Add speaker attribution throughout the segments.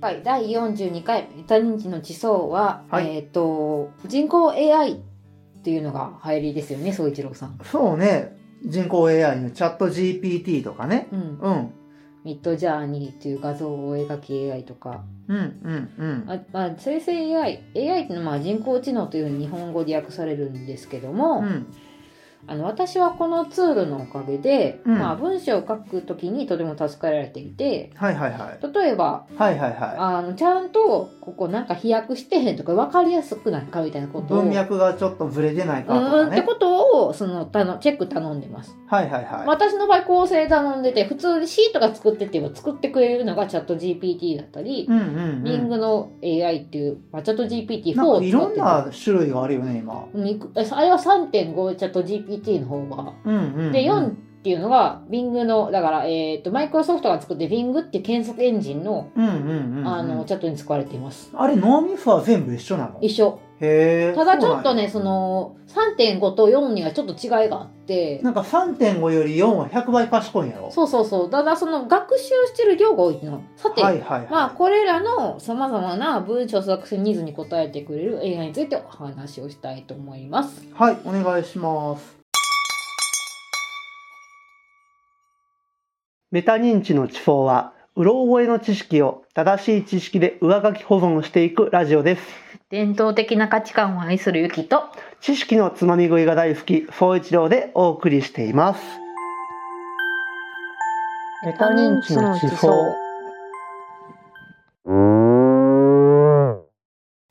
Speaker 1: はい、第42回メタ認知の地層は、
Speaker 2: はい
Speaker 1: えっ、と人工 AI っていうのが流行りですよね総一郎さん、
Speaker 2: そうね。人工 AI のチャット GPT とかね。
Speaker 1: うん、
Speaker 2: うん。
Speaker 1: ミッドジャーニーっていう画像を描き AI とか
Speaker 2: うんうんうん。
Speaker 1: あ、まあ、生成 AIAI っていうのはまあ人工知能というふうに日本語で訳されるんですけども、
Speaker 2: うん。
Speaker 1: あの私はこのツールのおかげで、
Speaker 2: うん
Speaker 1: まあ、文章を書くときにとても助かられていて
Speaker 2: はいはいはい。
Speaker 1: 例えば
Speaker 2: はいはいは。
Speaker 1: あのちゃんとここなんか飛躍してへんとか分かりやすくないかみたいないことを
Speaker 2: 文脈がちょっとずれてないうかと
Speaker 1: ー
Speaker 2: か
Speaker 1: んって
Speaker 2: ね。
Speaker 1: ことをそのたのチェック頼んでます、
Speaker 2: はいはいは
Speaker 1: 私の場合構成頼んでて普通に C とか作ってって言えば作ってくれるのがチャット GPT だったり
Speaker 2: い。、うんうん
Speaker 1: リン
Speaker 2: うん。
Speaker 1: グの AI っていう、まあ、チャット GPT4
Speaker 2: なん
Speaker 1: を
Speaker 2: かい
Speaker 1: 使
Speaker 2: ろ
Speaker 1: っ
Speaker 2: ん
Speaker 1: て
Speaker 2: な種類があるよね、今。
Speaker 1: てあれは3.5チャット GPT の方が
Speaker 2: うんうんうん。
Speaker 1: で、4っていうのが、Bing の、だから、えっ、と、マイクロソフトが作って Bing っていう検索エンジンの、
Speaker 2: うんうんうん。
Speaker 1: あの、、チャットに使われています。
Speaker 2: あれ、脳みそは全部一緒なの
Speaker 1: 一緒。
Speaker 2: へえ。
Speaker 1: ただちょっと
Speaker 2: ね。
Speaker 1: ね、その、3.5と4にはちょっと違いがあって、
Speaker 2: なんか3.5より4は100倍賢いんやろ。
Speaker 1: そうそうそう。ただその、学習してる量が多いの。さて、
Speaker 2: はいはいはい。
Speaker 1: まあ、これらの様々な文章作成ニーズに応えてくれる AI についてお話をしたいと思います。
Speaker 2: はい、お願いします。メタ認知の地層は、うろ覚えの知識を正しい知識で上書き保存していくラジオです。
Speaker 1: 伝統的な価値観を愛するゆきと、
Speaker 2: 知識のつまみ食いが大好き、総一郎でお送りしています。メタ認知の地層。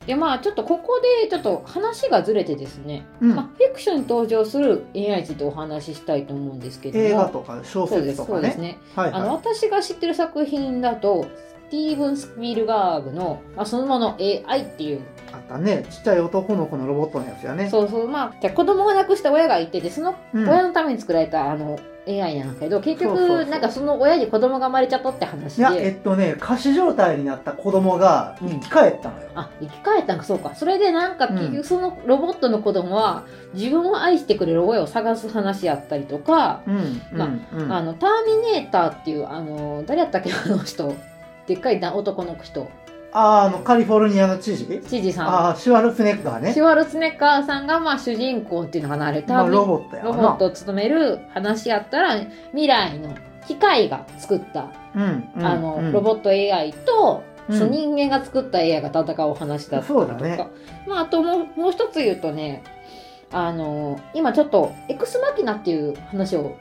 Speaker 1: でまあちょっとここでちょっと話がずれてですね、
Speaker 2: うん
Speaker 1: まあ、フィクションに登場する AI についてお話ししたいと思うんですけども
Speaker 2: 映画とか小
Speaker 1: そうで
Speaker 2: 説
Speaker 1: す
Speaker 2: と
Speaker 1: そ
Speaker 2: か
Speaker 1: うです
Speaker 2: ね。
Speaker 1: ね、
Speaker 2: はい
Speaker 1: あの
Speaker 2: は
Speaker 1: 私が知ってる作品だとスティーブン・スピルガーグの、まあ、そのもの AI っていう
Speaker 2: い。あったね、ちっちゃい男の子のロボットのやつやね。
Speaker 1: そうそうまあじゃあ子供が亡くした親がいてでその
Speaker 2: うん
Speaker 1: 親のために作られた、あの AI なんだけど結局
Speaker 2: そうそうそう
Speaker 1: なんかその親に子供が生まれちゃったって話
Speaker 2: い
Speaker 1: で
Speaker 2: や、えっとね、仮死状態になった子供が生き返ったのよ。
Speaker 1: あ生き返ったんかそうかそれでなんか
Speaker 2: うん
Speaker 1: 結局そのロボットの子供は自分を愛してくれる親を探す話やったりとか、
Speaker 2: うん、うん、
Speaker 1: ま
Speaker 2: うん
Speaker 1: あのターミネーターっていうあの誰やったっけあの人でっかいな男の人
Speaker 2: あーあのカリフォルニアの知事
Speaker 1: 知事さ
Speaker 2: ああシュワルツェネッガー
Speaker 1: ん、シ
Speaker 2: ね
Speaker 1: ュワルツェネッガーさんがまあ主人公っていうのかなあれタ
Speaker 2: ま
Speaker 1: ー
Speaker 2: あ、
Speaker 1: ミ
Speaker 2: ロボットや
Speaker 1: ロ
Speaker 2: わ
Speaker 1: ボッ
Speaker 2: な
Speaker 1: トを務める話やったら未来の機械が作った、
Speaker 2: うんうん
Speaker 1: あのロボット AI と、
Speaker 2: うん
Speaker 1: その人間が作った AI が戦うお話だったりとか、
Speaker 2: そうだね
Speaker 1: まあ、あともうもう一つ言うとねあの今ちょっとエクスマキナっていう話を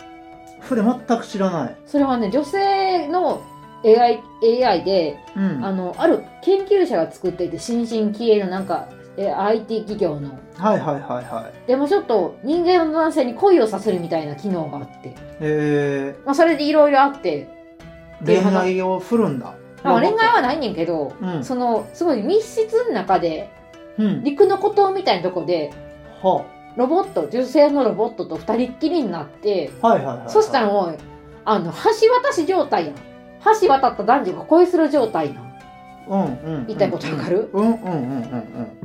Speaker 2: それ全く知らない、
Speaker 1: それはね女性の AI, AI で、
Speaker 2: うん、
Speaker 1: あ
Speaker 2: はい
Speaker 1: のある研究者が作っていて新進気鋭のなんかえ IT 企業の
Speaker 2: はいはいはい
Speaker 1: でもちょっと人間の男性に恋をさせるみたいな機能があって、
Speaker 2: え
Speaker 1: まあ、それでいろいろあって
Speaker 2: ー、恋愛をするんだ
Speaker 1: まあ、恋愛
Speaker 2: は
Speaker 1: はないねんけど、
Speaker 2: うん
Speaker 1: そのすごい密室の中で
Speaker 2: うん
Speaker 1: 陸の孤島みたいなとこで
Speaker 2: は
Speaker 1: ロボット女性のロボットと二人っきりになって
Speaker 2: はいはいはいはい
Speaker 1: そしたらもうあの橋渡し状態やん橋渡った男女が恋する状態やんっ
Speaker 2: うんうんうん
Speaker 1: 言いたいことわかる
Speaker 2: うんうんうんうんうん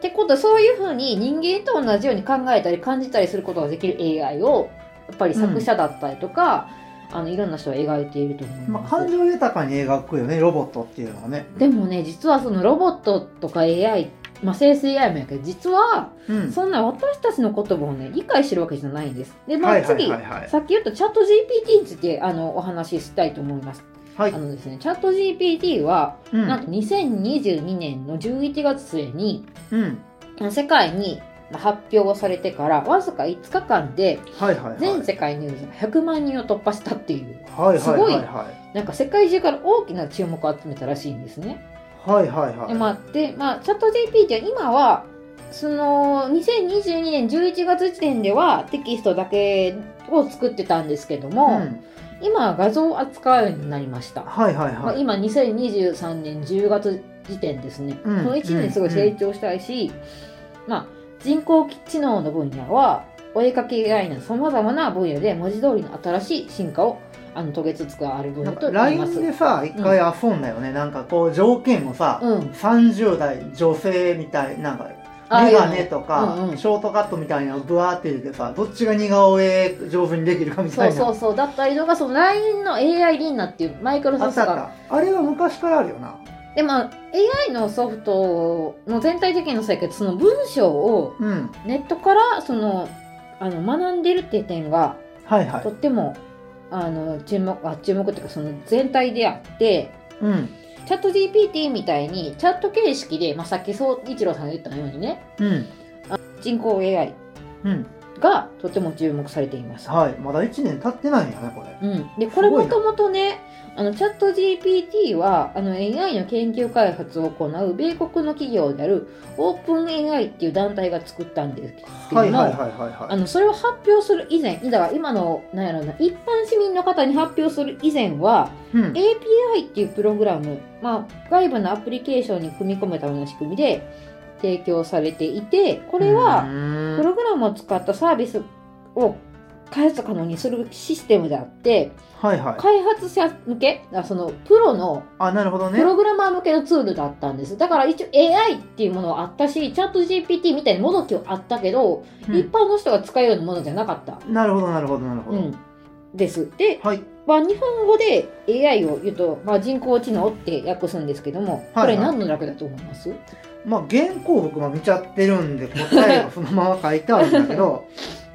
Speaker 1: てことでそういうふうに人間と同じように考えたり感じたりすることができる AI をやっぱり作者だったりとか、あのいろんな人は描いていると思い
Speaker 2: まあ、
Speaker 1: ます、
Speaker 2: 感情豊かに描くよねロボットっていうのはね、
Speaker 1: でもね実はそのロボットとか AI まあ生成 AI もやけど実は
Speaker 2: うん、
Speaker 1: そんな私たちの言葉をね理解してるわけじゃないんです。でま
Speaker 2: は
Speaker 1: あ
Speaker 2: いは
Speaker 1: 次、
Speaker 2: いはいはい
Speaker 1: さっき言ったチャット GPT についてあのお話ししたいと思います。
Speaker 2: はい
Speaker 1: あのですねチャット GPT は、
Speaker 2: うん
Speaker 1: なんと2022年の11月末に
Speaker 2: うん
Speaker 1: 世界に発表をされてからわずか5日間で
Speaker 2: はいはいはい
Speaker 1: 全世界のユーザー100万人を突破したっていう
Speaker 2: はい
Speaker 1: すごい
Speaker 2: はいはい
Speaker 1: なんか世界中から大きな注目を集めたらしいんですね。
Speaker 2: はいはいはい
Speaker 1: でまあ、でまあ、チャット GPT は今はその2022年11月時点ではテキストだけを作ってたんですけども、
Speaker 2: うん、
Speaker 1: 今は画像を扱うようになりました、
Speaker 2: はいはい
Speaker 1: ま
Speaker 2: は
Speaker 1: あ、
Speaker 2: い
Speaker 1: 今2023年10月時点ですね、
Speaker 2: うん
Speaker 1: この1年すごい成長したいし、まあ、人工知能の分野はお絵かき AI のさまざまな分野で文字通りの新しい進化をあの遂げつつある分
Speaker 2: な
Speaker 1: 野
Speaker 2: んか
Speaker 1: と言います
Speaker 2: LINE でさ一回遊んだよね、なんかこう条件をさ、
Speaker 1: うん、
Speaker 2: 30代女性みたいなんか
Speaker 1: ああ
Speaker 2: メ
Speaker 1: いうの
Speaker 2: ガネとか、
Speaker 1: うんうん
Speaker 2: ショートカットみたいなのぶわーって入れてさどっちが似顔絵上手にできるかみた
Speaker 1: そ
Speaker 2: いうな
Speaker 1: そうそうだったりとかその LINE の AI リーナっていうマイクロ
Speaker 2: あ
Speaker 1: ソ
Speaker 2: っ
Speaker 1: フト
Speaker 2: た
Speaker 1: が
Speaker 2: あったあれは昔からあるよな
Speaker 1: でも AI のソフトの全体的にのせいやけどその文章を
Speaker 2: うん
Speaker 1: ネットからそのあの学んでるっていう点が
Speaker 2: はいはい
Speaker 1: とってもあの注目あ注目っていうかその全体であって
Speaker 2: うん
Speaker 1: チャット GPT みたいにチャット形式で、まあ、さっきそう一郎さんが言ったようにね
Speaker 2: うん
Speaker 1: 人工 AI
Speaker 2: うん
Speaker 1: がとても注目されています。
Speaker 2: はいまだ1年経ってないんやねこれ
Speaker 1: うん、でこれ
Speaker 2: すご
Speaker 1: も
Speaker 2: いな
Speaker 1: ともとねあのチャット GPT はあの AI の研究開発を行う米国の企業であるオープン AI っていう団体が作ったんですけども、
Speaker 2: はいはいはいはい
Speaker 1: あ
Speaker 2: はい
Speaker 1: のそれを発表する以前だから今のなんやろな一般市民の方に発表する以前は
Speaker 2: うん
Speaker 1: API っていうプログラム、まあ、外部のアプリケーションに組み込めたような仕組みで提供されていてこれは、
Speaker 2: う
Speaker 1: プ
Speaker 2: ーん
Speaker 1: ログラムを使ったサービスを開発可能にするシステムであって
Speaker 2: はいはい
Speaker 1: 開発者向けあそのプロの
Speaker 2: あなるほど
Speaker 1: プ
Speaker 2: ね
Speaker 1: ログラマー向けのツールだったんですだから一応 AI っていうものはあったしチャット GPT みたいにもどきはあったけど、
Speaker 2: うん
Speaker 1: 一般の人が使うようなものじゃなかった、
Speaker 2: なるほどなるほどなるほ
Speaker 1: う
Speaker 2: ど、
Speaker 1: ん、ですで、
Speaker 2: はい
Speaker 1: まあ、日本語で AI を言うと、まあ、人工知能って訳すんですけどもこ
Speaker 2: はいはい
Speaker 1: れ何の略だと思います、
Speaker 2: まあ原稿僕も見ちゃってるんで答えがそのまま書いてあるんだ けど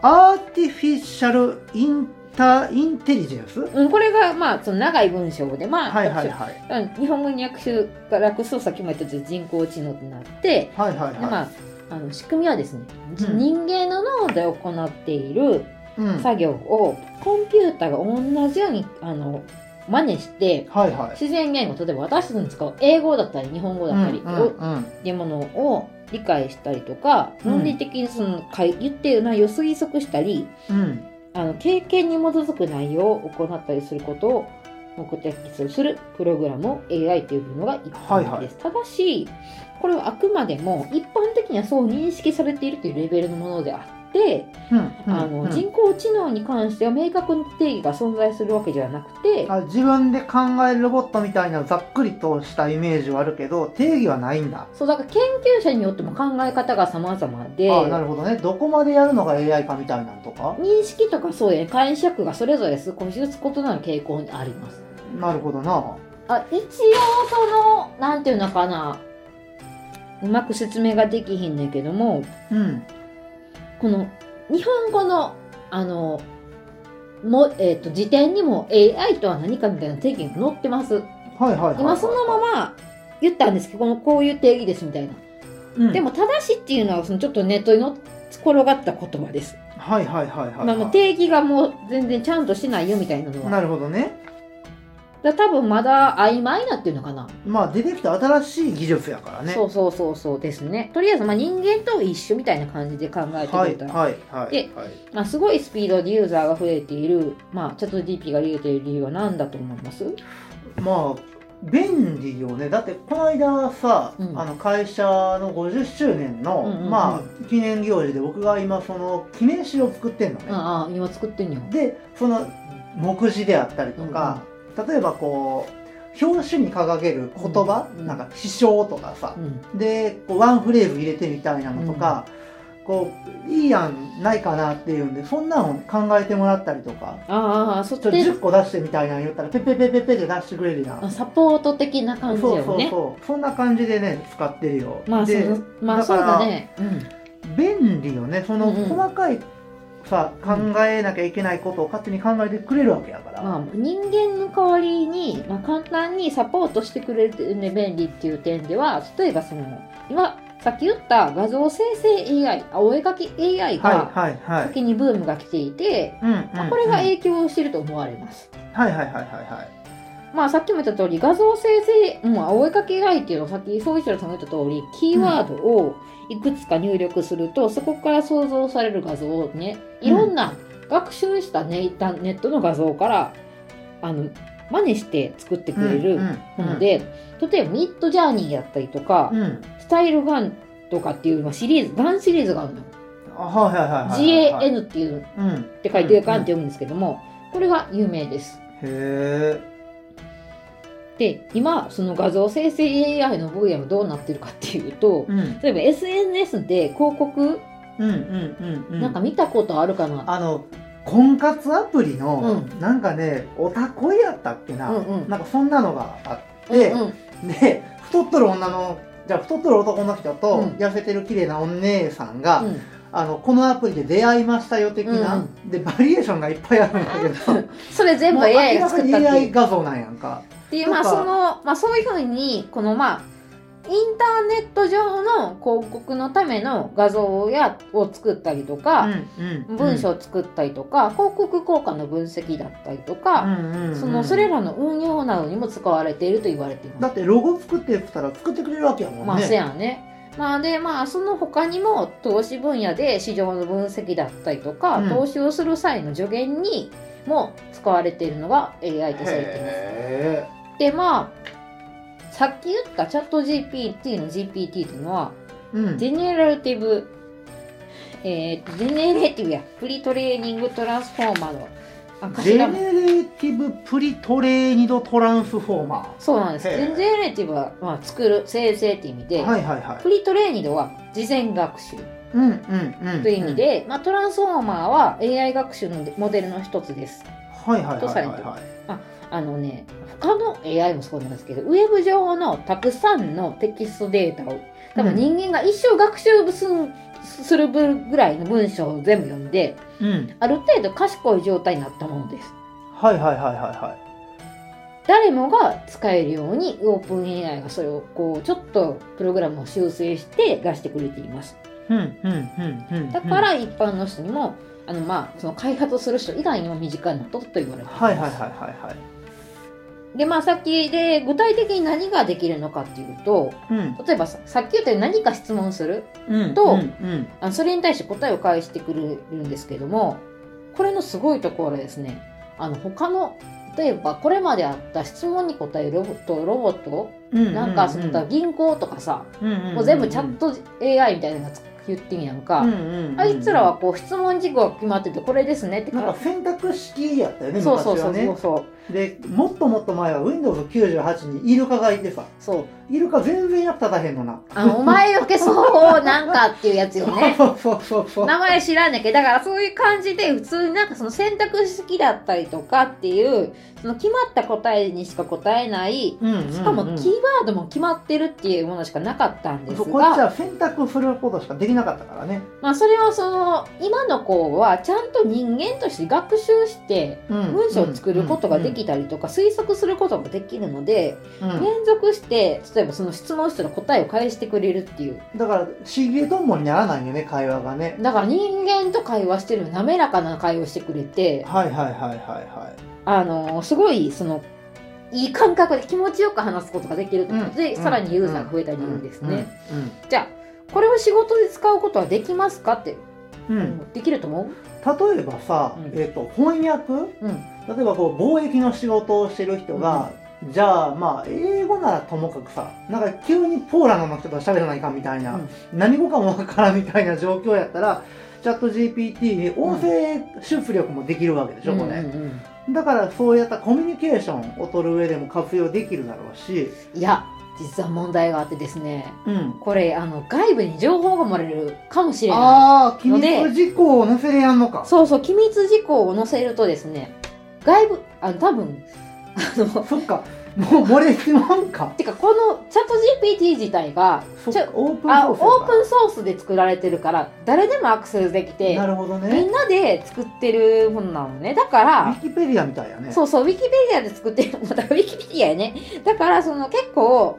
Speaker 2: アーティフィシャルインタインテリジェンス
Speaker 1: うん、これがまあその長い文章でまあ、
Speaker 2: はいはいはい
Speaker 1: うん日本語に訳すからこそさっきも言ったように人工知能になって、
Speaker 2: はいはい
Speaker 1: で
Speaker 2: は
Speaker 1: まあ、あの仕組みはですね、
Speaker 2: うん
Speaker 1: 人間の脳で行っている
Speaker 2: いうんはい
Speaker 1: 作業をコンピューターが同じようにあの真似して
Speaker 2: はい
Speaker 1: 自然言語例えば私たちの使う英語だったり日本語だったり
Speaker 2: う
Speaker 1: を、
Speaker 2: んうんうん
Speaker 1: っていうものを理解したりとか
Speaker 2: うん
Speaker 1: 論理的にそのかい言ってる内容を推測したり
Speaker 2: うん
Speaker 1: あの経験に基づく内容を行ったりすることを目的とするプログラムを AI と呼ぶのが一般的です、ただしこれはあくまでも一般的にはそう認識されているというレベルのものであって、
Speaker 2: うん
Speaker 1: あの
Speaker 2: うん
Speaker 1: 人工知能に関しては明確な定義が存在するわけではなくて
Speaker 2: あ自分で考えるロボットみたいなざっくりとしたイメージはあるけど定義はないんだ
Speaker 1: そうだから研究者によっても考え方が様々で
Speaker 2: あなるほどねどこまでやるのが AI かみたいなのとか
Speaker 1: 認識とかそういう解釈がそれぞれ少しずつ異なる傾向にあります。
Speaker 2: なるほどな
Speaker 1: あ一応そのなんていうのかなうまく説明ができひんねんけども
Speaker 2: うん
Speaker 1: この日本語のあのも、えー、と辞典にも AI とは何かみたいな定義が載ってます。
Speaker 2: はいはいはい、はい、
Speaker 1: 今そのまま言ったんですけどこのこういう定義ですみたいな。
Speaker 2: うん、
Speaker 1: でも正しっていうのはそのちょっとネットにのっ転がった言葉です。
Speaker 2: はいはいはいはい、
Speaker 1: まあ、もう定義がもう全然ちゃんとしてないよみたいなのは。
Speaker 2: なるほどね
Speaker 1: だ多分まだ曖昧なっていうのかな、
Speaker 2: まあ出てきた新しい技術やからね
Speaker 1: そうそうそうそうですねとりあえずまあ人間と一緒みたいな感じで考えてく
Speaker 2: は
Speaker 1: れ
Speaker 2: い
Speaker 1: た
Speaker 2: は
Speaker 1: ら、
Speaker 2: いはい
Speaker 1: で
Speaker 2: はい
Speaker 1: まあ、すごいスピードでユーザーが増えている、まあ、チャット GP が増えている理由は何だと思います
Speaker 2: まあ便利よねだってこの間さ、
Speaker 1: うん
Speaker 2: あの会社の50周年の、
Speaker 1: うんうんうん
Speaker 2: まあ、記念行事で僕が今その記念誌を作ってんのね、
Speaker 1: ああ今作ってんよ、
Speaker 2: でその目次であったりとか、例えばこう表紙に掲げる言葉、
Speaker 1: うんうん
Speaker 2: なんか「飛翔」とかさ
Speaker 1: う、ん、
Speaker 2: でこうワンフレーズ入れてみたいなのとか、こういいやんないかなっていうんでそんなの考えてもらったりとか
Speaker 1: ああそっ
Speaker 2: ちょ
Speaker 1: ちで
Speaker 2: 10個出してみたいなの言ったらペペペペペで出してくれるやん
Speaker 1: あサポート的な感じよ
Speaker 2: そ
Speaker 1: ね
Speaker 2: うそうそうそんな感じでね使ってるよ
Speaker 1: まあそ
Speaker 2: で
Speaker 1: のまあ
Speaker 2: だか
Speaker 1: そう
Speaker 2: ら
Speaker 1: だね、
Speaker 2: 便利よねその
Speaker 1: うんうん
Speaker 2: 細かいさ
Speaker 1: うん
Speaker 2: 考えなきゃいけないことを勝手に考えてくれるわけやから、
Speaker 1: まあ、人間の代わりに、まあ、簡単にサポートしてくれるね便利っていう点では例えばその今さっき言った画像生成 AI あお絵描き AI が
Speaker 2: はいはいはい
Speaker 1: 先にブームが来ていて、
Speaker 2: うんうん
Speaker 1: まあこれが
Speaker 2: うん
Speaker 1: 影響してると思われます。
Speaker 2: はいはいはいはいはい
Speaker 1: まあ、さっきも言った通り画像生成、うん、あお絵描き AI っていうのはさっき総一郎さんが言った通りキーワードをいくつか入力すると、そこから想像される画像をねいろんな学習したネイタネットの画像からあの真似して作ってくれる。なので、例えばミッドジャーニーやったりとか、
Speaker 2: うん、うん
Speaker 1: スタイルガンとかっていうまあシリーズ、ガンシリーズがあるの。
Speaker 2: あはいはいはいはいはい、
Speaker 1: GAN っていう、
Speaker 2: うん、
Speaker 1: って書いてガンって読むんですけども、これが有名です。
Speaker 2: へ
Speaker 1: で、今、その画像生成 AI の分野はどうなってるかっていうと
Speaker 2: え、うん
Speaker 1: 例えば SNS で広告、
Speaker 2: うんうんうん
Speaker 1: なんか見たことあるかな、
Speaker 2: あの婚活アプリの、
Speaker 1: う
Speaker 2: なんかねおたこいやったっけな、
Speaker 1: うんうん
Speaker 2: なんかそんなのがあって、
Speaker 1: うんうん
Speaker 2: で2太っとる女のじゃあ太っとる男の人と、
Speaker 1: うん
Speaker 2: 痩せてる綺麗なお姉さんが、
Speaker 1: うん
Speaker 2: あのこのアプリで出会いましたよ的な、
Speaker 1: う
Speaker 2: でバリエーションがいっぱいあるんだけど
Speaker 1: それ 全部 AI が作ったっ
Speaker 2: もう明ら
Speaker 1: てい
Speaker 2: かに AI
Speaker 1: う
Speaker 2: 画像なんやんか
Speaker 1: っていうまあ
Speaker 2: とか
Speaker 1: その、まあ、そういうふうにこのまあインターネット上の広告のための画像やを作ったりとか、
Speaker 2: うんうん
Speaker 1: 文章を作ったりとか、広告効果の分析だったりと
Speaker 2: う
Speaker 1: か、
Speaker 2: んうんうん
Speaker 1: そのそれらの運用などにも使われていると言われています。
Speaker 2: だってロゴ作ってたら作ってくれるわけやもんね、
Speaker 1: まあ、せやね。まあ、で、まあ、その他にも、投資分野で市場の分析だったりとか、
Speaker 2: うん
Speaker 1: 投資をする際の助言にも使われているのが AI とされていま
Speaker 2: へ
Speaker 1: す。で、まあ、さっき言ったチャット GPT の GPT というのは、
Speaker 2: え、うん、
Speaker 1: ジェネラティブ、えー、ジェネレーティブや、プリトレーニングトランスフォーマーの、あ、
Speaker 2: ジェ
Speaker 1: 頭も
Speaker 2: ネレーティブプリトレーニドトランスフォーマ
Speaker 1: そうなんです。ジ
Speaker 2: へー
Speaker 1: ェネレーティブは、まあ、作る、生成って意味
Speaker 2: ー
Speaker 1: で、
Speaker 2: はいはいはい
Speaker 1: プリトレーニングは事前学習。
Speaker 2: うんうんうん
Speaker 1: という意味、で、まあ、トランスフォーマーは AI 学習のモデルの一つです。
Speaker 2: はいはい
Speaker 1: と
Speaker 2: は
Speaker 1: さ
Speaker 2: い
Speaker 1: れて
Speaker 2: はい
Speaker 1: る
Speaker 2: はい
Speaker 1: あのね、他の AI もそうなんですけど、ウェブ上のたくさんのテキストデータを、多分人間が一生学習するする分ぐらいの文章を全部読んで、
Speaker 2: うん
Speaker 1: ある程度賢い状態になったものです。
Speaker 2: はいはいはいはいは
Speaker 1: 誰もが使えるように OpenAI がそれをこうちょっとプログラムを修正して出してくれています。
Speaker 2: いうんうんうんうんうん
Speaker 1: だから一般の人にも、あのまあその開発をする人以外にも身近になったと言われています。
Speaker 2: はいはいはいはいはい
Speaker 1: でまあさっきで具体的に何ができるのかっていうと
Speaker 2: うん
Speaker 1: 例えばささっき言ったように何か質問する
Speaker 2: うん
Speaker 1: と
Speaker 2: うんうん
Speaker 1: あのそれに対して答えを返してくれるんですけどもこれのすごいところはですねあの他の例えばこれまであった質問に答えるロボットロボット
Speaker 2: うん
Speaker 1: なんかその他銀行とかさ、も
Speaker 2: も
Speaker 1: う全部チャット AI みたいなのが言ってんやんか、あいつらはこう質問事項が決まっててこれですねって
Speaker 2: なんか選択式やったよね
Speaker 1: そうそう
Speaker 2: 昔
Speaker 1: そ
Speaker 2: は
Speaker 1: うそう
Speaker 2: ね
Speaker 1: そう
Speaker 2: でもっともっと前は Windows98 にイルカがいてさ
Speaker 1: そう
Speaker 2: イルカ全然役立たへんのな
Speaker 1: あのお前よけそうなんかっていうやつよね
Speaker 2: そうそうそうそう
Speaker 1: 名前知らんねんけどだからそういう感じで普通になんかその選択式だったりとかっていうその決まった答えにしか答えないし
Speaker 2: し
Speaker 1: かもキーワードも決まってるっていうものしかなかったんです
Speaker 2: そうこっち
Speaker 1: が、
Speaker 2: は選択することしかできなかったからね、
Speaker 1: まあ、それはその今の子はちゃんと人間として学習して
Speaker 2: うん
Speaker 1: 文章を作ることができたりとか推測することができるので
Speaker 2: うんうん
Speaker 1: 連続して例えばその質問したら答えを返してくれるっていう
Speaker 2: だからしげどもにならないよね会話がね
Speaker 1: だから人間と会話してる滑らかな会話をしてくれて
Speaker 2: はいはいはいはいは
Speaker 1: あのすごいそのいい感覚で気持ちよく話すことができることで、
Speaker 2: うん
Speaker 1: さらにユーザーが増えた
Speaker 2: い
Speaker 1: 理由ですね、
Speaker 2: うん
Speaker 1: じゃあこれを仕事で使うことはできますかって、
Speaker 2: うん、うん
Speaker 1: できると思
Speaker 2: 例えばさ、
Speaker 1: うん
Speaker 2: えっと翻訳
Speaker 1: う、うん、
Speaker 2: 例えばこう貿易の仕事をしてる人が、じゃあまあ英語ならともかくさなんか急にポーランドの人と喋らないかんみたいな、
Speaker 1: うん
Speaker 2: 何語かもわからんみたいな状況やったらチャット GPT に音声出力もできるわけでしょ、こ
Speaker 1: うん
Speaker 2: れ、
Speaker 1: うんうん
Speaker 2: だからそういったコミュニケーションを取る上でも活用できるだろうし、
Speaker 1: いや実は問題があってですね
Speaker 2: うん、
Speaker 1: これあの外部に情報が漏れるかもしれな
Speaker 2: ああ機密事項を載せれやんのか
Speaker 1: いそうそう機密事項を載せるとですね外部あの多分あの
Speaker 2: そっかもう漏れしまんか
Speaker 1: てかこのチャット GPT 自体が
Speaker 2: そっ
Speaker 1: ち
Speaker 2: か
Speaker 1: ょ
Speaker 2: オープン
Speaker 1: あ
Speaker 2: ソー
Speaker 1: オ
Speaker 2: スやから
Speaker 1: ープンソースで作られてるから誰でもアクセスできて
Speaker 2: なるほど
Speaker 1: み
Speaker 2: ね
Speaker 1: んなで作ってるものなのねだか
Speaker 2: ウィ
Speaker 1: ら
Speaker 2: キペディアみたいやね
Speaker 1: そうそうウィキペディアで作ってるまたウィキペディアやねだからその結構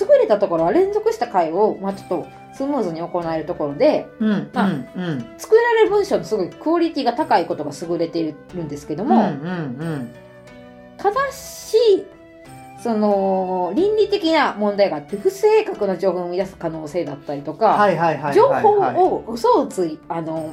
Speaker 1: 優れたところは連続した回を、まあ、ちょっとスムーズに行えるところで
Speaker 2: うんうん
Speaker 1: まあ
Speaker 2: うん
Speaker 1: 作られる文章のすごいクオリティが高いことが優れているんですけど
Speaker 2: うんう
Speaker 1: も、
Speaker 2: ん
Speaker 1: ただしその倫理的な問題があって不正確な情報を生み出す可能性だったりとか、
Speaker 2: うんはいはいはいはいはい
Speaker 1: 情報を嘘をついあの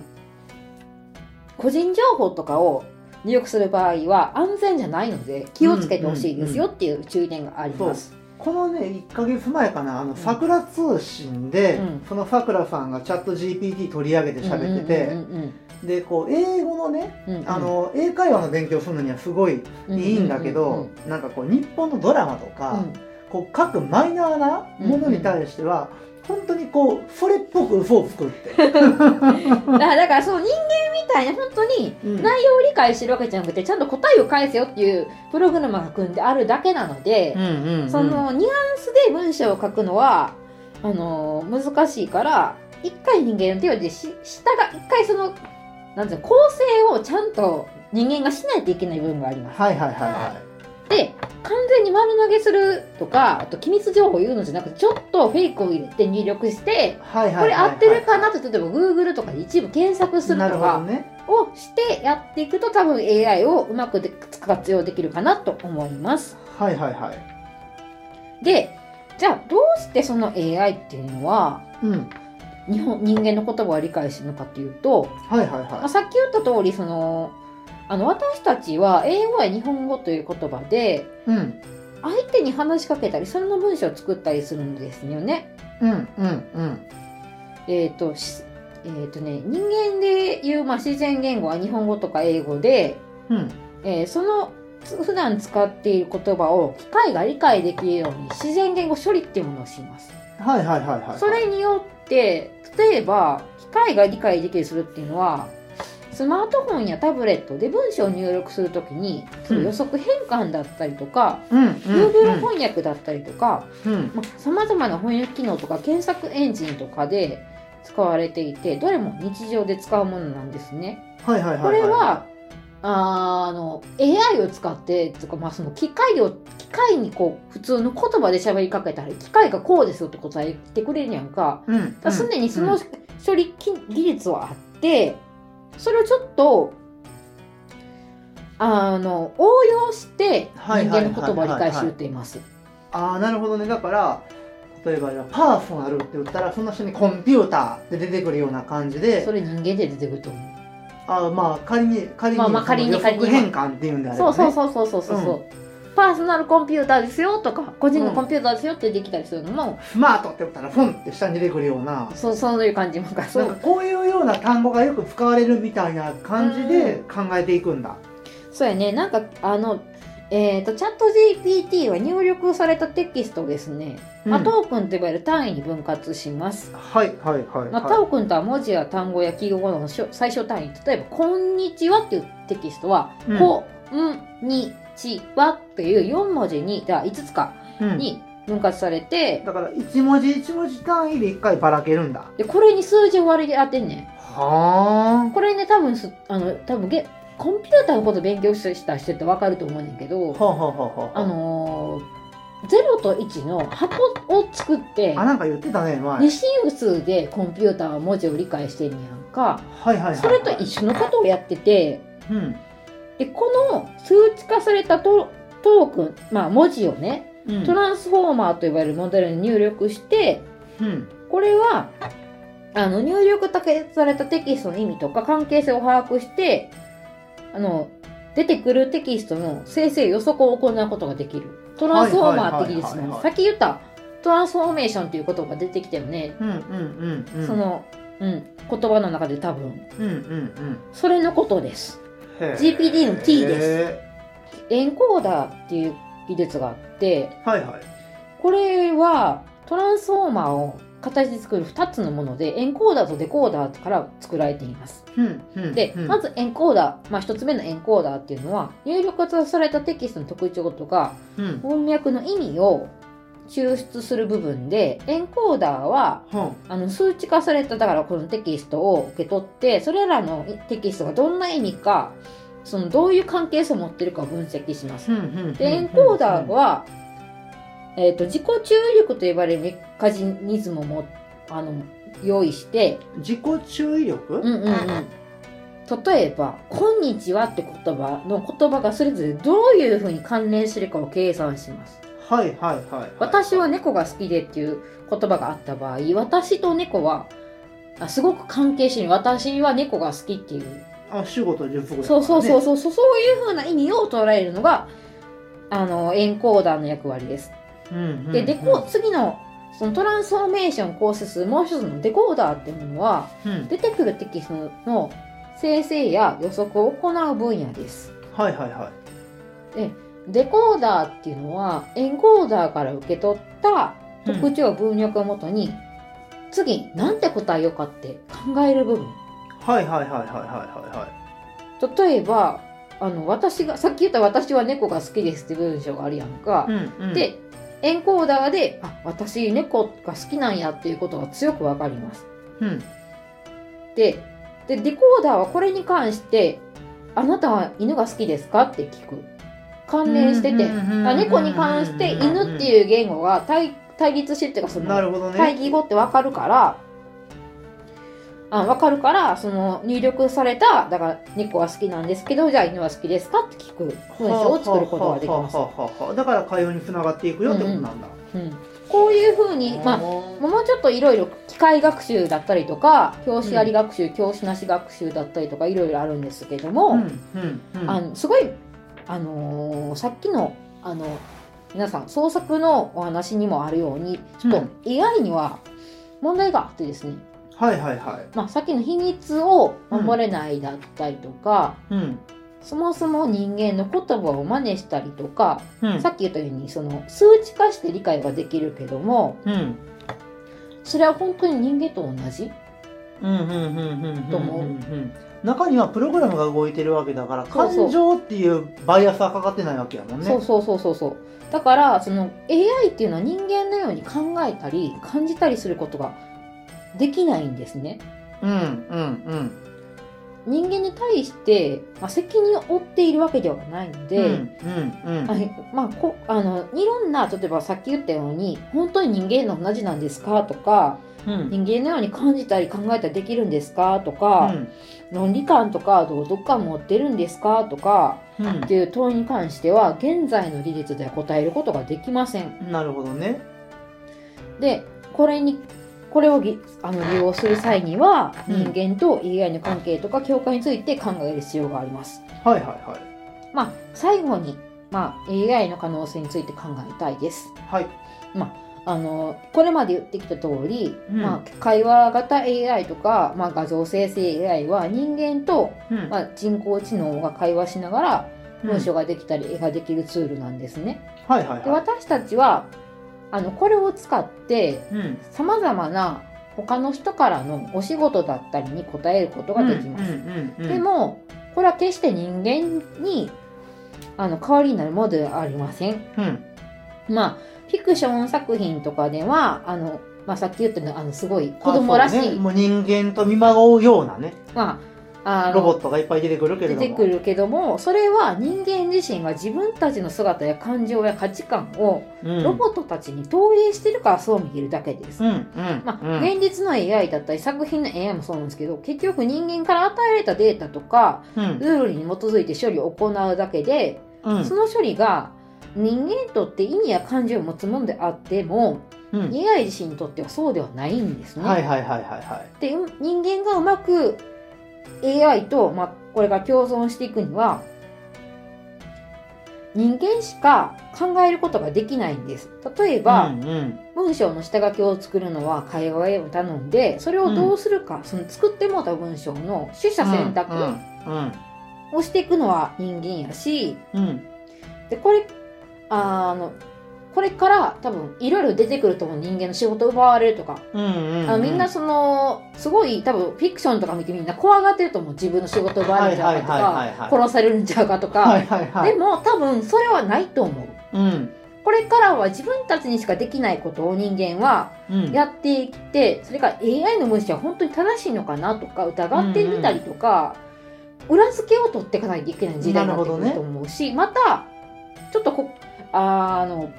Speaker 1: 個人情報とかを入力する場合は安全じゃないので気をつけてほしいですよっていう注意点があります。
Speaker 2: このね1か月前かなあの桜通信で、
Speaker 1: うん
Speaker 2: その桜さんがチャット GPT 取り上げて喋ってて、
Speaker 1: うんうん
Speaker 2: でこう英語のね
Speaker 1: うんうん
Speaker 2: あの英会話の勉強するのにはすごいいいんだけど、
Speaker 1: うんうん
Speaker 2: なんかこう日本のドラマと
Speaker 1: う
Speaker 2: か、
Speaker 1: ん
Speaker 2: こう各マイナーなものに対しては、本当にこうそれっぽく嘘を作って、
Speaker 1: だからだからその人間みたいに本当に
Speaker 2: うん
Speaker 1: 内容を理解してるわけじゃなくてちゃんと答えを返せよっていうプログラムが組んであるだけなので、
Speaker 2: うんうんうん
Speaker 1: そのニュアンスで文章を書くのはあのー難しいから一回人間の手をでし下が一回そのなんていうの構成をちゃんと人間がしないといけない部分があります。
Speaker 2: はいはいはいは
Speaker 1: で完全に丸投げするとかあと機密情報を言うのじゃなくてちょっとフェイクを入れて入力して
Speaker 2: いはいはいはい
Speaker 1: これ合ってるかなって例えば Google とかで一部検索する
Speaker 2: なる
Speaker 1: と
Speaker 2: ほど
Speaker 1: か
Speaker 2: ね
Speaker 1: をしてやっていくと多分 AI をうまくで活用できるかなと思います。
Speaker 2: はいはいはい
Speaker 1: でじゃあどうしてその AI っていうのは
Speaker 2: うん
Speaker 1: 日本人間の言葉を理解してるのかっていうと、
Speaker 2: はいはい
Speaker 1: まあ
Speaker 2: は
Speaker 1: さっき言った通りそのあの私たちは英語や日本語という言葉で
Speaker 2: いうん
Speaker 1: 相手に話しかけたりそれの文章を作ったりするんですよね。
Speaker 2: うんうんうん
Speaker 1: えっ、と、しえっ、とね、人間で言う、まあ、自然言語は日本語とか英語で、
Speaker 2: うん
Speaker 1: えーそのつ普段使っている言葉を機械が理解できるように自然言語処理っていうものをします。
Speaker 2: はいはいはいはい
Speaker 1: それによって、例えば、機械が理解できるするっていうのは、スマートフォンやタブレットで文章を入力するときに、その予測変換だったりとか、
Speaker 2: うんうん
Speaker 1: Google 翻訳だったりとか、
Speaker 2: うん
Speaker 1: さまざ、まな翻訳機能とか検索エンジンとかで使われていてどれも日常で使うものなんですね。
Speaker 2: はいはいはいい
Speaker 1: これは、あーあの AI を使ってとか、まあ、その機械を機械にこう普通の言葉で喋りかけたら機械がこうですよって答えてくれるやんか
Speaker 2: うん
Speaker 1: だから常にその処理き技術はあってそれをちょっとあの応用して人
Speaker 2: はいは
Speaker 1: 間
Speaker 2: い
Speaker 1: の
Speaker 2: はい
Speaker 1: 言
Speaker 2: はいはい
Speaker 1: 葉を理解しようと言います。
Speaker 2: ああなるほどねだから例えばじゃあパーソナルって言ったらその人にコンピューターで出てくるような感じで
Speaker 1: それ人間で出てくると思う。
Speaker 2: あーまあ仮に仮に,、
Speaker 1: まあまあ仮に
Speaker 2: 予測
Speaker 1: 仮に
Speaker 2: 変換っていうんであれば、
Speaker 1: そう
Speaker 2: ね、
Speaker 1: そうそうそうそうそうそう、パーソナルコンピューターですよとか個人のコンピューターですよってできたりするのも、
Speaker 2: スマートって言ったらフォンって下に出てくるような
Speaker 1: そうそういう感じなんかそ
Speaker 2: なん
Speaker 1: う
Speaker 2: かこういうような単語がよく使われるみたいな感じで
Speaker 1: う
Speaker 2: 考えていくんだ。
Speaker 1: そうやねなんかあのえー、とチャット GPT は入力されたテキストをですね、まあ、
Speaker 2: うん
Speaker 1: トークンと呼ばれる単位に分割します、
Speaker 2: はいはいはいはい。
Speaker 1: まあ、トークンとは文字や単語や記号のしょ最小単位例えば「こんにちは」っていうテキストは「
Speaker 2: うん
Speaker 1: こんにちは」っていう4文字にだ5つか
Speaker 2: うん
Speaker 1: に分割されて
Speaker 2: だから一文字一文字単位で一回ばらけるんだ。
Speaker 1: でこれに数字を割り当てんねん
Speaker 2: は
Speaker 1: これね多分すあの多分ゲコンピューターのこと勉強した人って分かると思うねんだけ
Speaker 2: あ。
Speaker 1: ど
Speaker 2: はあはあはあはあ。
Speaker 1: あのー、0と1の箱を作って
Speaker 2: あなんか言ってたね前。
Speaker 1: 二進数でコンピューターは文字を理解してんねやんか
Speaker 2: はいはいはいはい。
Speaker 1: それと一緒のことをやってて
Speaker 2: うん
Speaker 1: でこの数値化されたトトークンまあ文字をね
Speaker 2: うん
Speaker 1: トランスフォーマーと呼ばれるモデルに入力して
Speaker 2: うん
Speaker 1: これはあの入力だけされたテキストの意味とか関係性を把握してあの出てくるテキストの生成予測を行うことができるトランスフォーマー的です
Speaker 2: はいはいはいはいは
Speaker 1: ね
Speaker 2: い
Speaker 1: さっき言ったトランスフォーメーションという言葉が出てきたよね、
Speaker 2: うんうんうんうん。
Speaker 1: その、うん、言葉の中で多分
Speaker 2: うんうんうん。
Speaker 1: それのことです
Speaker 2: へー
Speaker 1: GPD の T です
Speaker 2: へ
Speaker 1: エンコーダーっていう技術があって
Speaker 2: ーはいはい。
Speaker 1: これはトランスフォーマーを形で作る2つのものでエンコーダーとデコーダーから作られています
Speaker 2: うんうん。
Speaker 1: で、
Speaker 2: うん
Speaker 1: まずエンコーダー、まあ、1つ目のエンコーダーっていうのは入力されたテキストの特徴とか
Speaker 2: うん。
Speaker 1: 翻訳の意味を抽出する部分でエンコーダーは
Speaker 2: は
Speaker 1: あの数値化されただからこのテキストを受け取ってそれらのテキストがどんな意味かそのどういう関係性を持ってるかを分析します。
Speaker 2: あ。うんうんうん。
Speaker 1: でエンコーダーは、えー、と自己注力と呼ばれるメカニズムもあの用意して
Speaker 2: 自己注意力？
Speaker 1: うんうんうん、例えば「こんにちは」って言葉の言葉がそれぞれどういうふうに関連するかを計算します。
Speaker 2: はいはいはいはい。
Speaker 1: 私は猫が好きでっていう言葉があった場合私と猫はあすごく関係してる私は猫が好きっていう、
Speaker 2: あ主語と述語だか
Speaker 1: そ
Speaker 2: らね
Speaker 1: うそうそうそうそうそういうふうな意味を捉えるのがあのエンコーダーの役割です。
Speaker 2: うんうんうん。
Speaker 1: でデコ次のそのトランスフォーメーション構成数もう一つのデコーダーっていうのは
Speaker 2: うん。
Speaker 1: 出てくるテキストの生成や予測を行う分野です。
Speaker 2: はいはいはい。
Speaker 1: デコーダーっていうのはエンコーダーから受け取った特徴や文脈をもとに次、なんて答えようかって考える部分。
Speaker 2: はいはいはいはいはいは
Speaker 1: 例えば、あの、私が、さっき言った私は猫が好きですって文章があるやんか。
Speaker 2: いはい。うんうん、
Speaker 1: で、エンコーダーで、あ、私猫が好きなんやっていうことが強くわかります。
Speaker 2: うん、
Speaker 1: で、で、デコーダーはこれに関して、あなたは犬が好きですかって聞く。関連してて。あ猫に関して犬って
Speaker 2: う
Speaker 1: いう言語が対対立してるっていうかそ
Speaker 2: んうんうん。な
Speaker 1: の
Speaker 2: るほどね。
Speaker 1: 対義語って分かるからあ分かるからその入力されただから猫は好きなんですけどじゃあ犬は好きですかって聞く文章を作ることができます。
Speaker 2: はあはあはあはあだから会話につながっていくよってことなんだ。
Speaker 1: うん、こういうふうに、まあ、
Speaker 2: あ
Speaker 1: もうちょっといろいろ機械学習だったりとか教師あり学習、教師なし学習だったりとかいろいろあるんですけども。
Speaker 2: うんうんうん。
Speaker 1: あのすごい、あのーさっきの、あの皆さん創作のお話にもあるようにちょっ
Speaker 2: う
Speaker 1: と
Speaker 2: ん
Speaker 1: AI には問題があってですね、
Speaker 2: はいはいはい。
Speaker 1: まあ、さっきの秘密を守れないだったりとか、
Speaker 2: うん
Speaker 1: そもそも人間の言葉を真似したりとか、
Speaker 2: うん
Speaker 1: さっき言ったようにその数値化して理解はできるけども
Speaker 2: うん
Speaker 1: それは本当に人間と同じ
Speaker 2: うんうんうんうん
Speaker 1: と思う
Speaker 2: うん中にはプログラムが動いてるわけだから
Speaker 1: そうそう
Speaker 2: 感情っていうバイアスはかかってないわけやもんね。
Speaker 1: そうそうそうそうそうだからその AI っていうのは人間のように考えたり感じたりすることができないんですね
Speaker 2: うんうん
Speaker 1: 人間に対して、まあ、責任を負っているわけではないの
Speaker 2: うん。
Speaker 1: で、
Speaker 2: うんうんうん。
Speaker 1: はいまあ、こあのいろんな例えばさっき言ったように本当に人間の同じなんですかとか
Speaker 2: うん
Speaker 1: 人間のように感じたり考えたりできるんですかとか、論理観とか道徳観持ってるんですかとか
Speaker 2: うんうん
Speaker 1: っていう問いに関しては現在の技術では答えることができません。
Speaker 2: なるほどね。
Speaker 1: でこれにこれをぎあの利用する際には
Speaker 2: うん
Speaker 1: 人間と AI の関係とか境界について考える必要があります。
Speaker 2: はいはいはい。
Speaker 1: まあ最後に、まあ、AI の可能性について考えたいです。
Speaker 2: はい。
Speaker 1: あのこれまで言ってきた通り、
Speaker 2: うん
Speaker 1: まあ、会話型 AI とか、まあ、画像生成 AI は人間と、
Speaker 2: うん
Speaker 1: まあ、人工知能が会話しながら
Speaker 2: うん
Speaker 1: 文章ができたり絵ができるツールなんですね。
Speaker 2: はいはい
Speaker 1: で
Speaker 2: はい。
Speaker 1: 私たちはあのこれを使って
Speaker 2: うん
Speaker 1: さまざまな他の人からのお仕事だったりに答えることができます。
Speaker 2: うんうんうんうん
Speaker 1: でもこれは決して人間にあの代わりになるものではありません。
Speaker 2: うん
Speaker 1: まあフィクション作品とかではあの、まあ、さっき言ったようなあのすごい子供らし
Speaker 2: あそう
Speaker 1: い、
Speaker 2: ねもう人間と見まごうようなね
Speaker 1: まああの
Speaker 2: ロボットがいっぱい出てくるけれ
Speaker 1: 出
Speaker 2: ども
Speaker 1: てくるけどもそれは人間自身が自分たちの姿や感情や価値観を
Speaker 2: うん
Speaker 1: ロボットたちに投影してるからそう見えるだけです。
Speaker 2: うんうん
Speaker 1: ま
Speaker 2: う
Speaker 1: あ、
Speaker 2: ん
Speaker 1: 現実の AI だったり作品の AI もそうなんですけど結局人間から与えられたデータとか
Speaker 2: うん
Speaker 1: ルールに基づいて処理を行うだけで
Speaker 2: うん
Speaker 1: その処理が人間にとって意味や感情を持つものであっても
Speaker 2: うん
Speaker 1: AI 自身にとってはそうではないんですね。
Speaker 2: はいはいはいはいは
Speaker 1: でう人間がうまく AI と、まあ、これが共存していくには人間しか考えることができないんです。例え
Speaker 2: い
Speaker 1: ば、
Speaker 2: うんうん
Speaker 1: 文章の下書きを作るのは会話へ頼んでそれをどうするか、その作ってもらった文章の取捨選択
Speaker 2: うん
Speaker 1: をしていくのは人間やし、
Speaker 2: うんうん
Speaker 1: でこれあのこれから多分いろいろ出てくると思う人間の仕事奪われるとか
Speaker 2: うんうん
Speaker 1: あのみんなそのすごい多分フィクションとか見てみんな怖がってると思う自分の仕事奪われるんちゃう
Speaker 2: はいはいはいは
Speaker 1: か
Speaker 2: いは
Speaker 1: と
Speaker 2: い
Speaker 1: か殺されるんちゃうかとか、
Speaker 2: はいはいはい
Speaker 1: でも多分それはないと思う
Speaker 2: うん
Speaker 1: これからは自分たちにしかできないことを人間は
Speaker 2: うん
Speaker 1: やっていってそれが AI の無視は本当に正しいのかなとか疑ってみたりとか、裏付けを取っていかないといけない時代になってく
Speaker 2: なる
Speaker 1: る
Speaker 2: ほ
Speaker 1: と
Speaker 2: ど
Speaker 1: 思うし、またちょっとこあの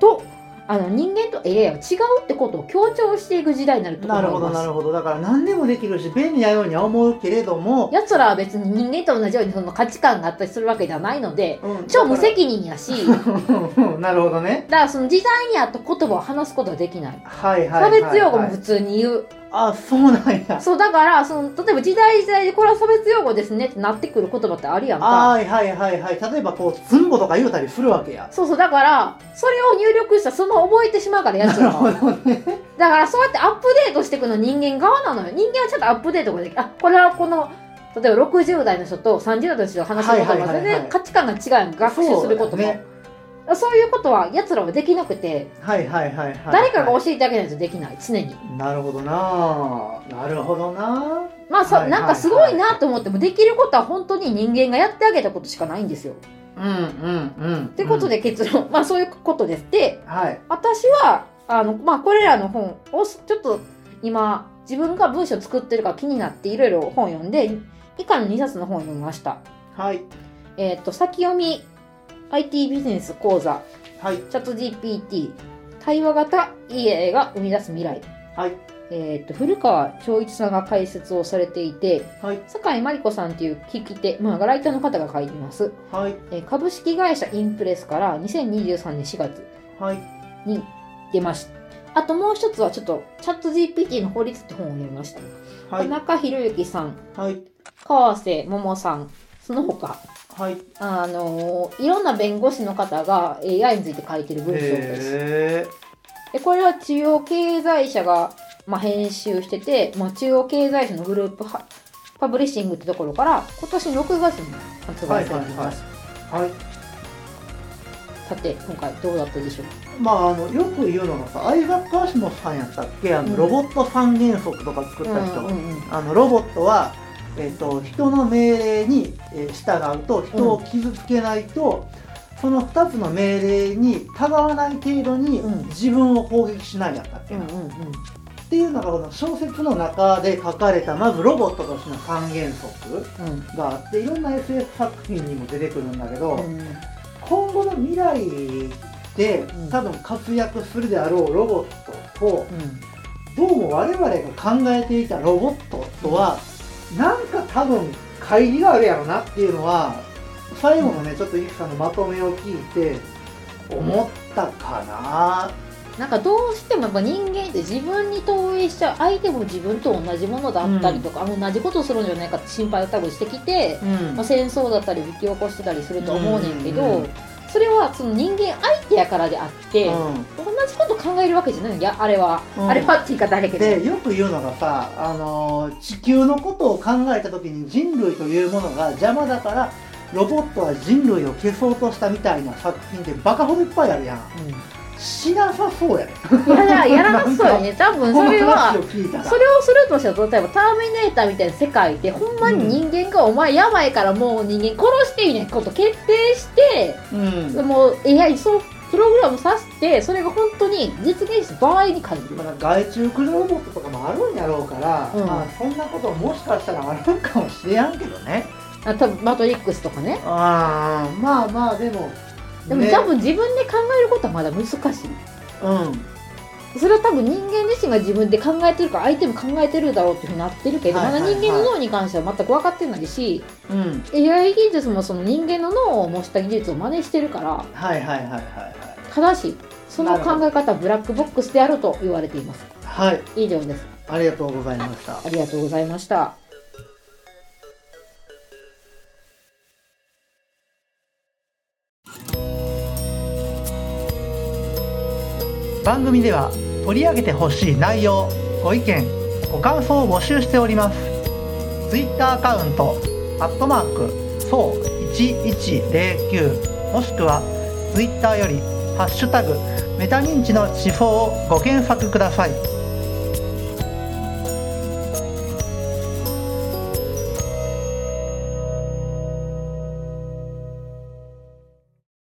Speaker 1: とあの人間と AI は違うってことを強調していく時代になると思い
Speaker 2: な
Speaker 1: ます。
Speaker 2: るほどなるほどだから何でもできるし便利なようには思うけれども
Speaker 1: 奴らは別に人間と同じようにその価値観があったりするわけではないので
Speaker 2: うん
Speaker 1: 超無責任やしだか
Speaker 2: 任なるほどね
Speaker 1: らその時代に合った言葉を話すことはできない
Speaker 2: はいはい
Speaker 1: 差
Speaker 2: はい
Speaker 1: 別用語も普通に言う、
Speaker 2: あそうなんや
Speaker 1: そうだからその例えば時代時代でこれは差別用語ですねってなってくる言葉ってあるやんか
Speaker 2: はいはいはいはい例えばこうつんごとか言うたりするわけや
Speaker 1: そうそうだからそれを入力したらそのまま覚えてしまうからやつらは
Speaker 2: どね
Speaker 1: だからそうやってアップデートしていくの人間側なのよ人間はちょっとアップデートができあこれはこの例えば60代の人と30代の人が話すこと
Speaker 2: はい
Speaker 1: も
Speaker 2: はいはい
Speaker 1: 全
Speaker 2: はい
Speaker 1: 然価値観が違うやん学習することも、
Speaker 2: そうだよね
Speaker 1: そういうことはやつらはできなくて、
Speaker 2: はいはいはいはい
Speaker 1: 誰かが教えてあげないとできない常に
Speaker 2: なるほどななるほどな
Speaker 1: まあさ、
Speaker 2: はいはいはい
Speaker 1: なんかすごいなと思ってもできることは本当に人間がやってあげたことしかないんですよ。
Speaker 2: うんうんうんっ
Speaker 1: ってこと、で結論、 まあそういうことです。で
Speaker 2: はい
Speaker 1: 私はあの、まあ、これらの本をすちょっと今自分が文章作ってるから気になっていろいろ本読んで以下の2冊の本を読みました。
Speaker 2: はい
Speaker 1: えっ、と先読み IT ビジネス講座
Speaker 2: はい
Speaker 1: チャット GPT 対話型 EA が生み出す未来、
Speaker 2: はい
Speaker 1: えっと古川長一さんが解説をされていて
Speaker 2: はい
Speaker 1: 酒井真理子さんという聞き手、まあ、ライターの方が書いてます、
Speaker 2: はい
Speaker 1: えー株式会社インプレスから2023年4月
Speaker 2: はい
Speaker 1: に出ましたあともう一つはちょっとチャット GPT の法律って本を読みました、
Speaker 2: はい
Speaker 1: 田中博之さん
Speaker 2: はい
Speaker 1: 川瀬桃さんその他
Speaker 2: はい
Speaker 1: あのーいろんな弁護士の方が AI について書いてる文章です
Speaker 2: へ
Speaker 1: でこれは中央経済社が、まあ、編集してて、まあ、中央経済社のグループはパブリッシングってところから今年6月に発売されています、
Speaker 2: はいはいーはい
Speaker 1: さて今回どうだったでしょうか
Speaker 2: まああのよく言うのがさアイザック・アシモフさんやったっけあの、
Speaker 1: うん
Speaker 2: ロボット三原則とか作った人、
Speaker 1: うんうんうん
Speaker 2: あのロボットは、えっと人の命令にえー従うと人を傷つけないと、その2つの命令にたがわない程度に
Speaker 1: うん
Speaker 2: 自分を攻撃しないやったっけ
Speaker 1: う
Speaker 2: な、
Speaker 1: ん
Speaker 2: っ
Speaker 1: うんうん
Speaker 2: ていうのがこの小説の中で書かれたまずロボットとしての三原則
Speaker 1: うん
Speaker 2: があっていろんな SF 作品にも出てくるんだけど、
Speaker 1: うん
Speaker 2: 今後の未来で
Speaker 1: うん
Speaker 2: 多分活躍するであろうロボットと
Speaker 1: うん
Speaker 2: どうも我々が考えていたロボットとはなんか多分乖離があるやろなっていうのは最後のねちょっとゆきさんのまとめを聞いて思ったか
Speaker 1: なんかどうしてもやっぱ人間って自分に投影しちゃう相手も自分と同じものだったりとか、同じことするんじゃないかって心配を多分してきて、
Speaker 2: なうん
Speaker 1: まあ、戦争だったり引き起こしてたりすると思うねんけど、
Speaker 2: うんうんうん
Speaker 1: それはその人間相手やからであって、
Speaker 2: う
Speaker 1: 同じこと考えるわけじゃないんやあれは、
Speaker 2: うん
Speaker 1: あれはって言い方あれけ
Speaker 2: ん
Speaker 1: ど、
Speaker 2: でよく言うのがさ、あのー地球のことを考えた時に人類というものが邪魔だからロボットは人類を消そうとしたみたいな作品ってバカほどいっぱいあるやんしなさそうやね
Speaker 1: うん、やらやらなそうよね多分そ
Speaker 2: この
Speaker 1: れは
Speaker 2: 話を聞いた ら
Speaker 1: それをするとしたら例えば「ターミネーター」みたいな世界でほんまに人間が「お前やばいからもう人間殺していいね」こと決定して
Speaker 2: うん
Speaker 1: もう AI にそうプログラムさせてそれが本当に実現した場合に限る
Speaker 2: まあ、外注駆動ロボットとかもあるんやろうから、
Speaker 1: うん
Speaker 2: まあ、そんなこともしかしたらあるんかもしれやんけどね
Speaker 1: あ多分マトリックスとかね
Speaker 2: ああまあまあでも
Speaker 1: でも
Speaker 2: ね
Speaker 1: 多分自分で考えることはまだ難しい
Speaker 2: うん
Speaker 1: それは多分人間自身が自分で考えてるから相手も考えてるだろうっていうふうになってるけど
Speaker 2: はい
Speaker 1: ま
Speaker 2: はい
Speaker 1: だ
Speaker 2: はい
Speaker 1: 人間の脳に関しては全く分かってないし
Speaker 2: うん
Speaker 1: AI 技術もその人間の脳を模した技術を真似してるから
Speaker 2: はいはいはいはいはい
Speaker 1: ただしその考え方はブラックボックスであると言われています
Speaker 2: はい
Speaker 1: 以上です
Speaker 2: ありがとうございました
Speaker 1: ありがとうございました
Speaker 2: 番組では取り上げてほしい内容ご意見ご感想を募集しております Twitter アカウント「アットマークそう1109」もしくは Twitter より「ハッシュタグメタ認知の地方」をご検索ください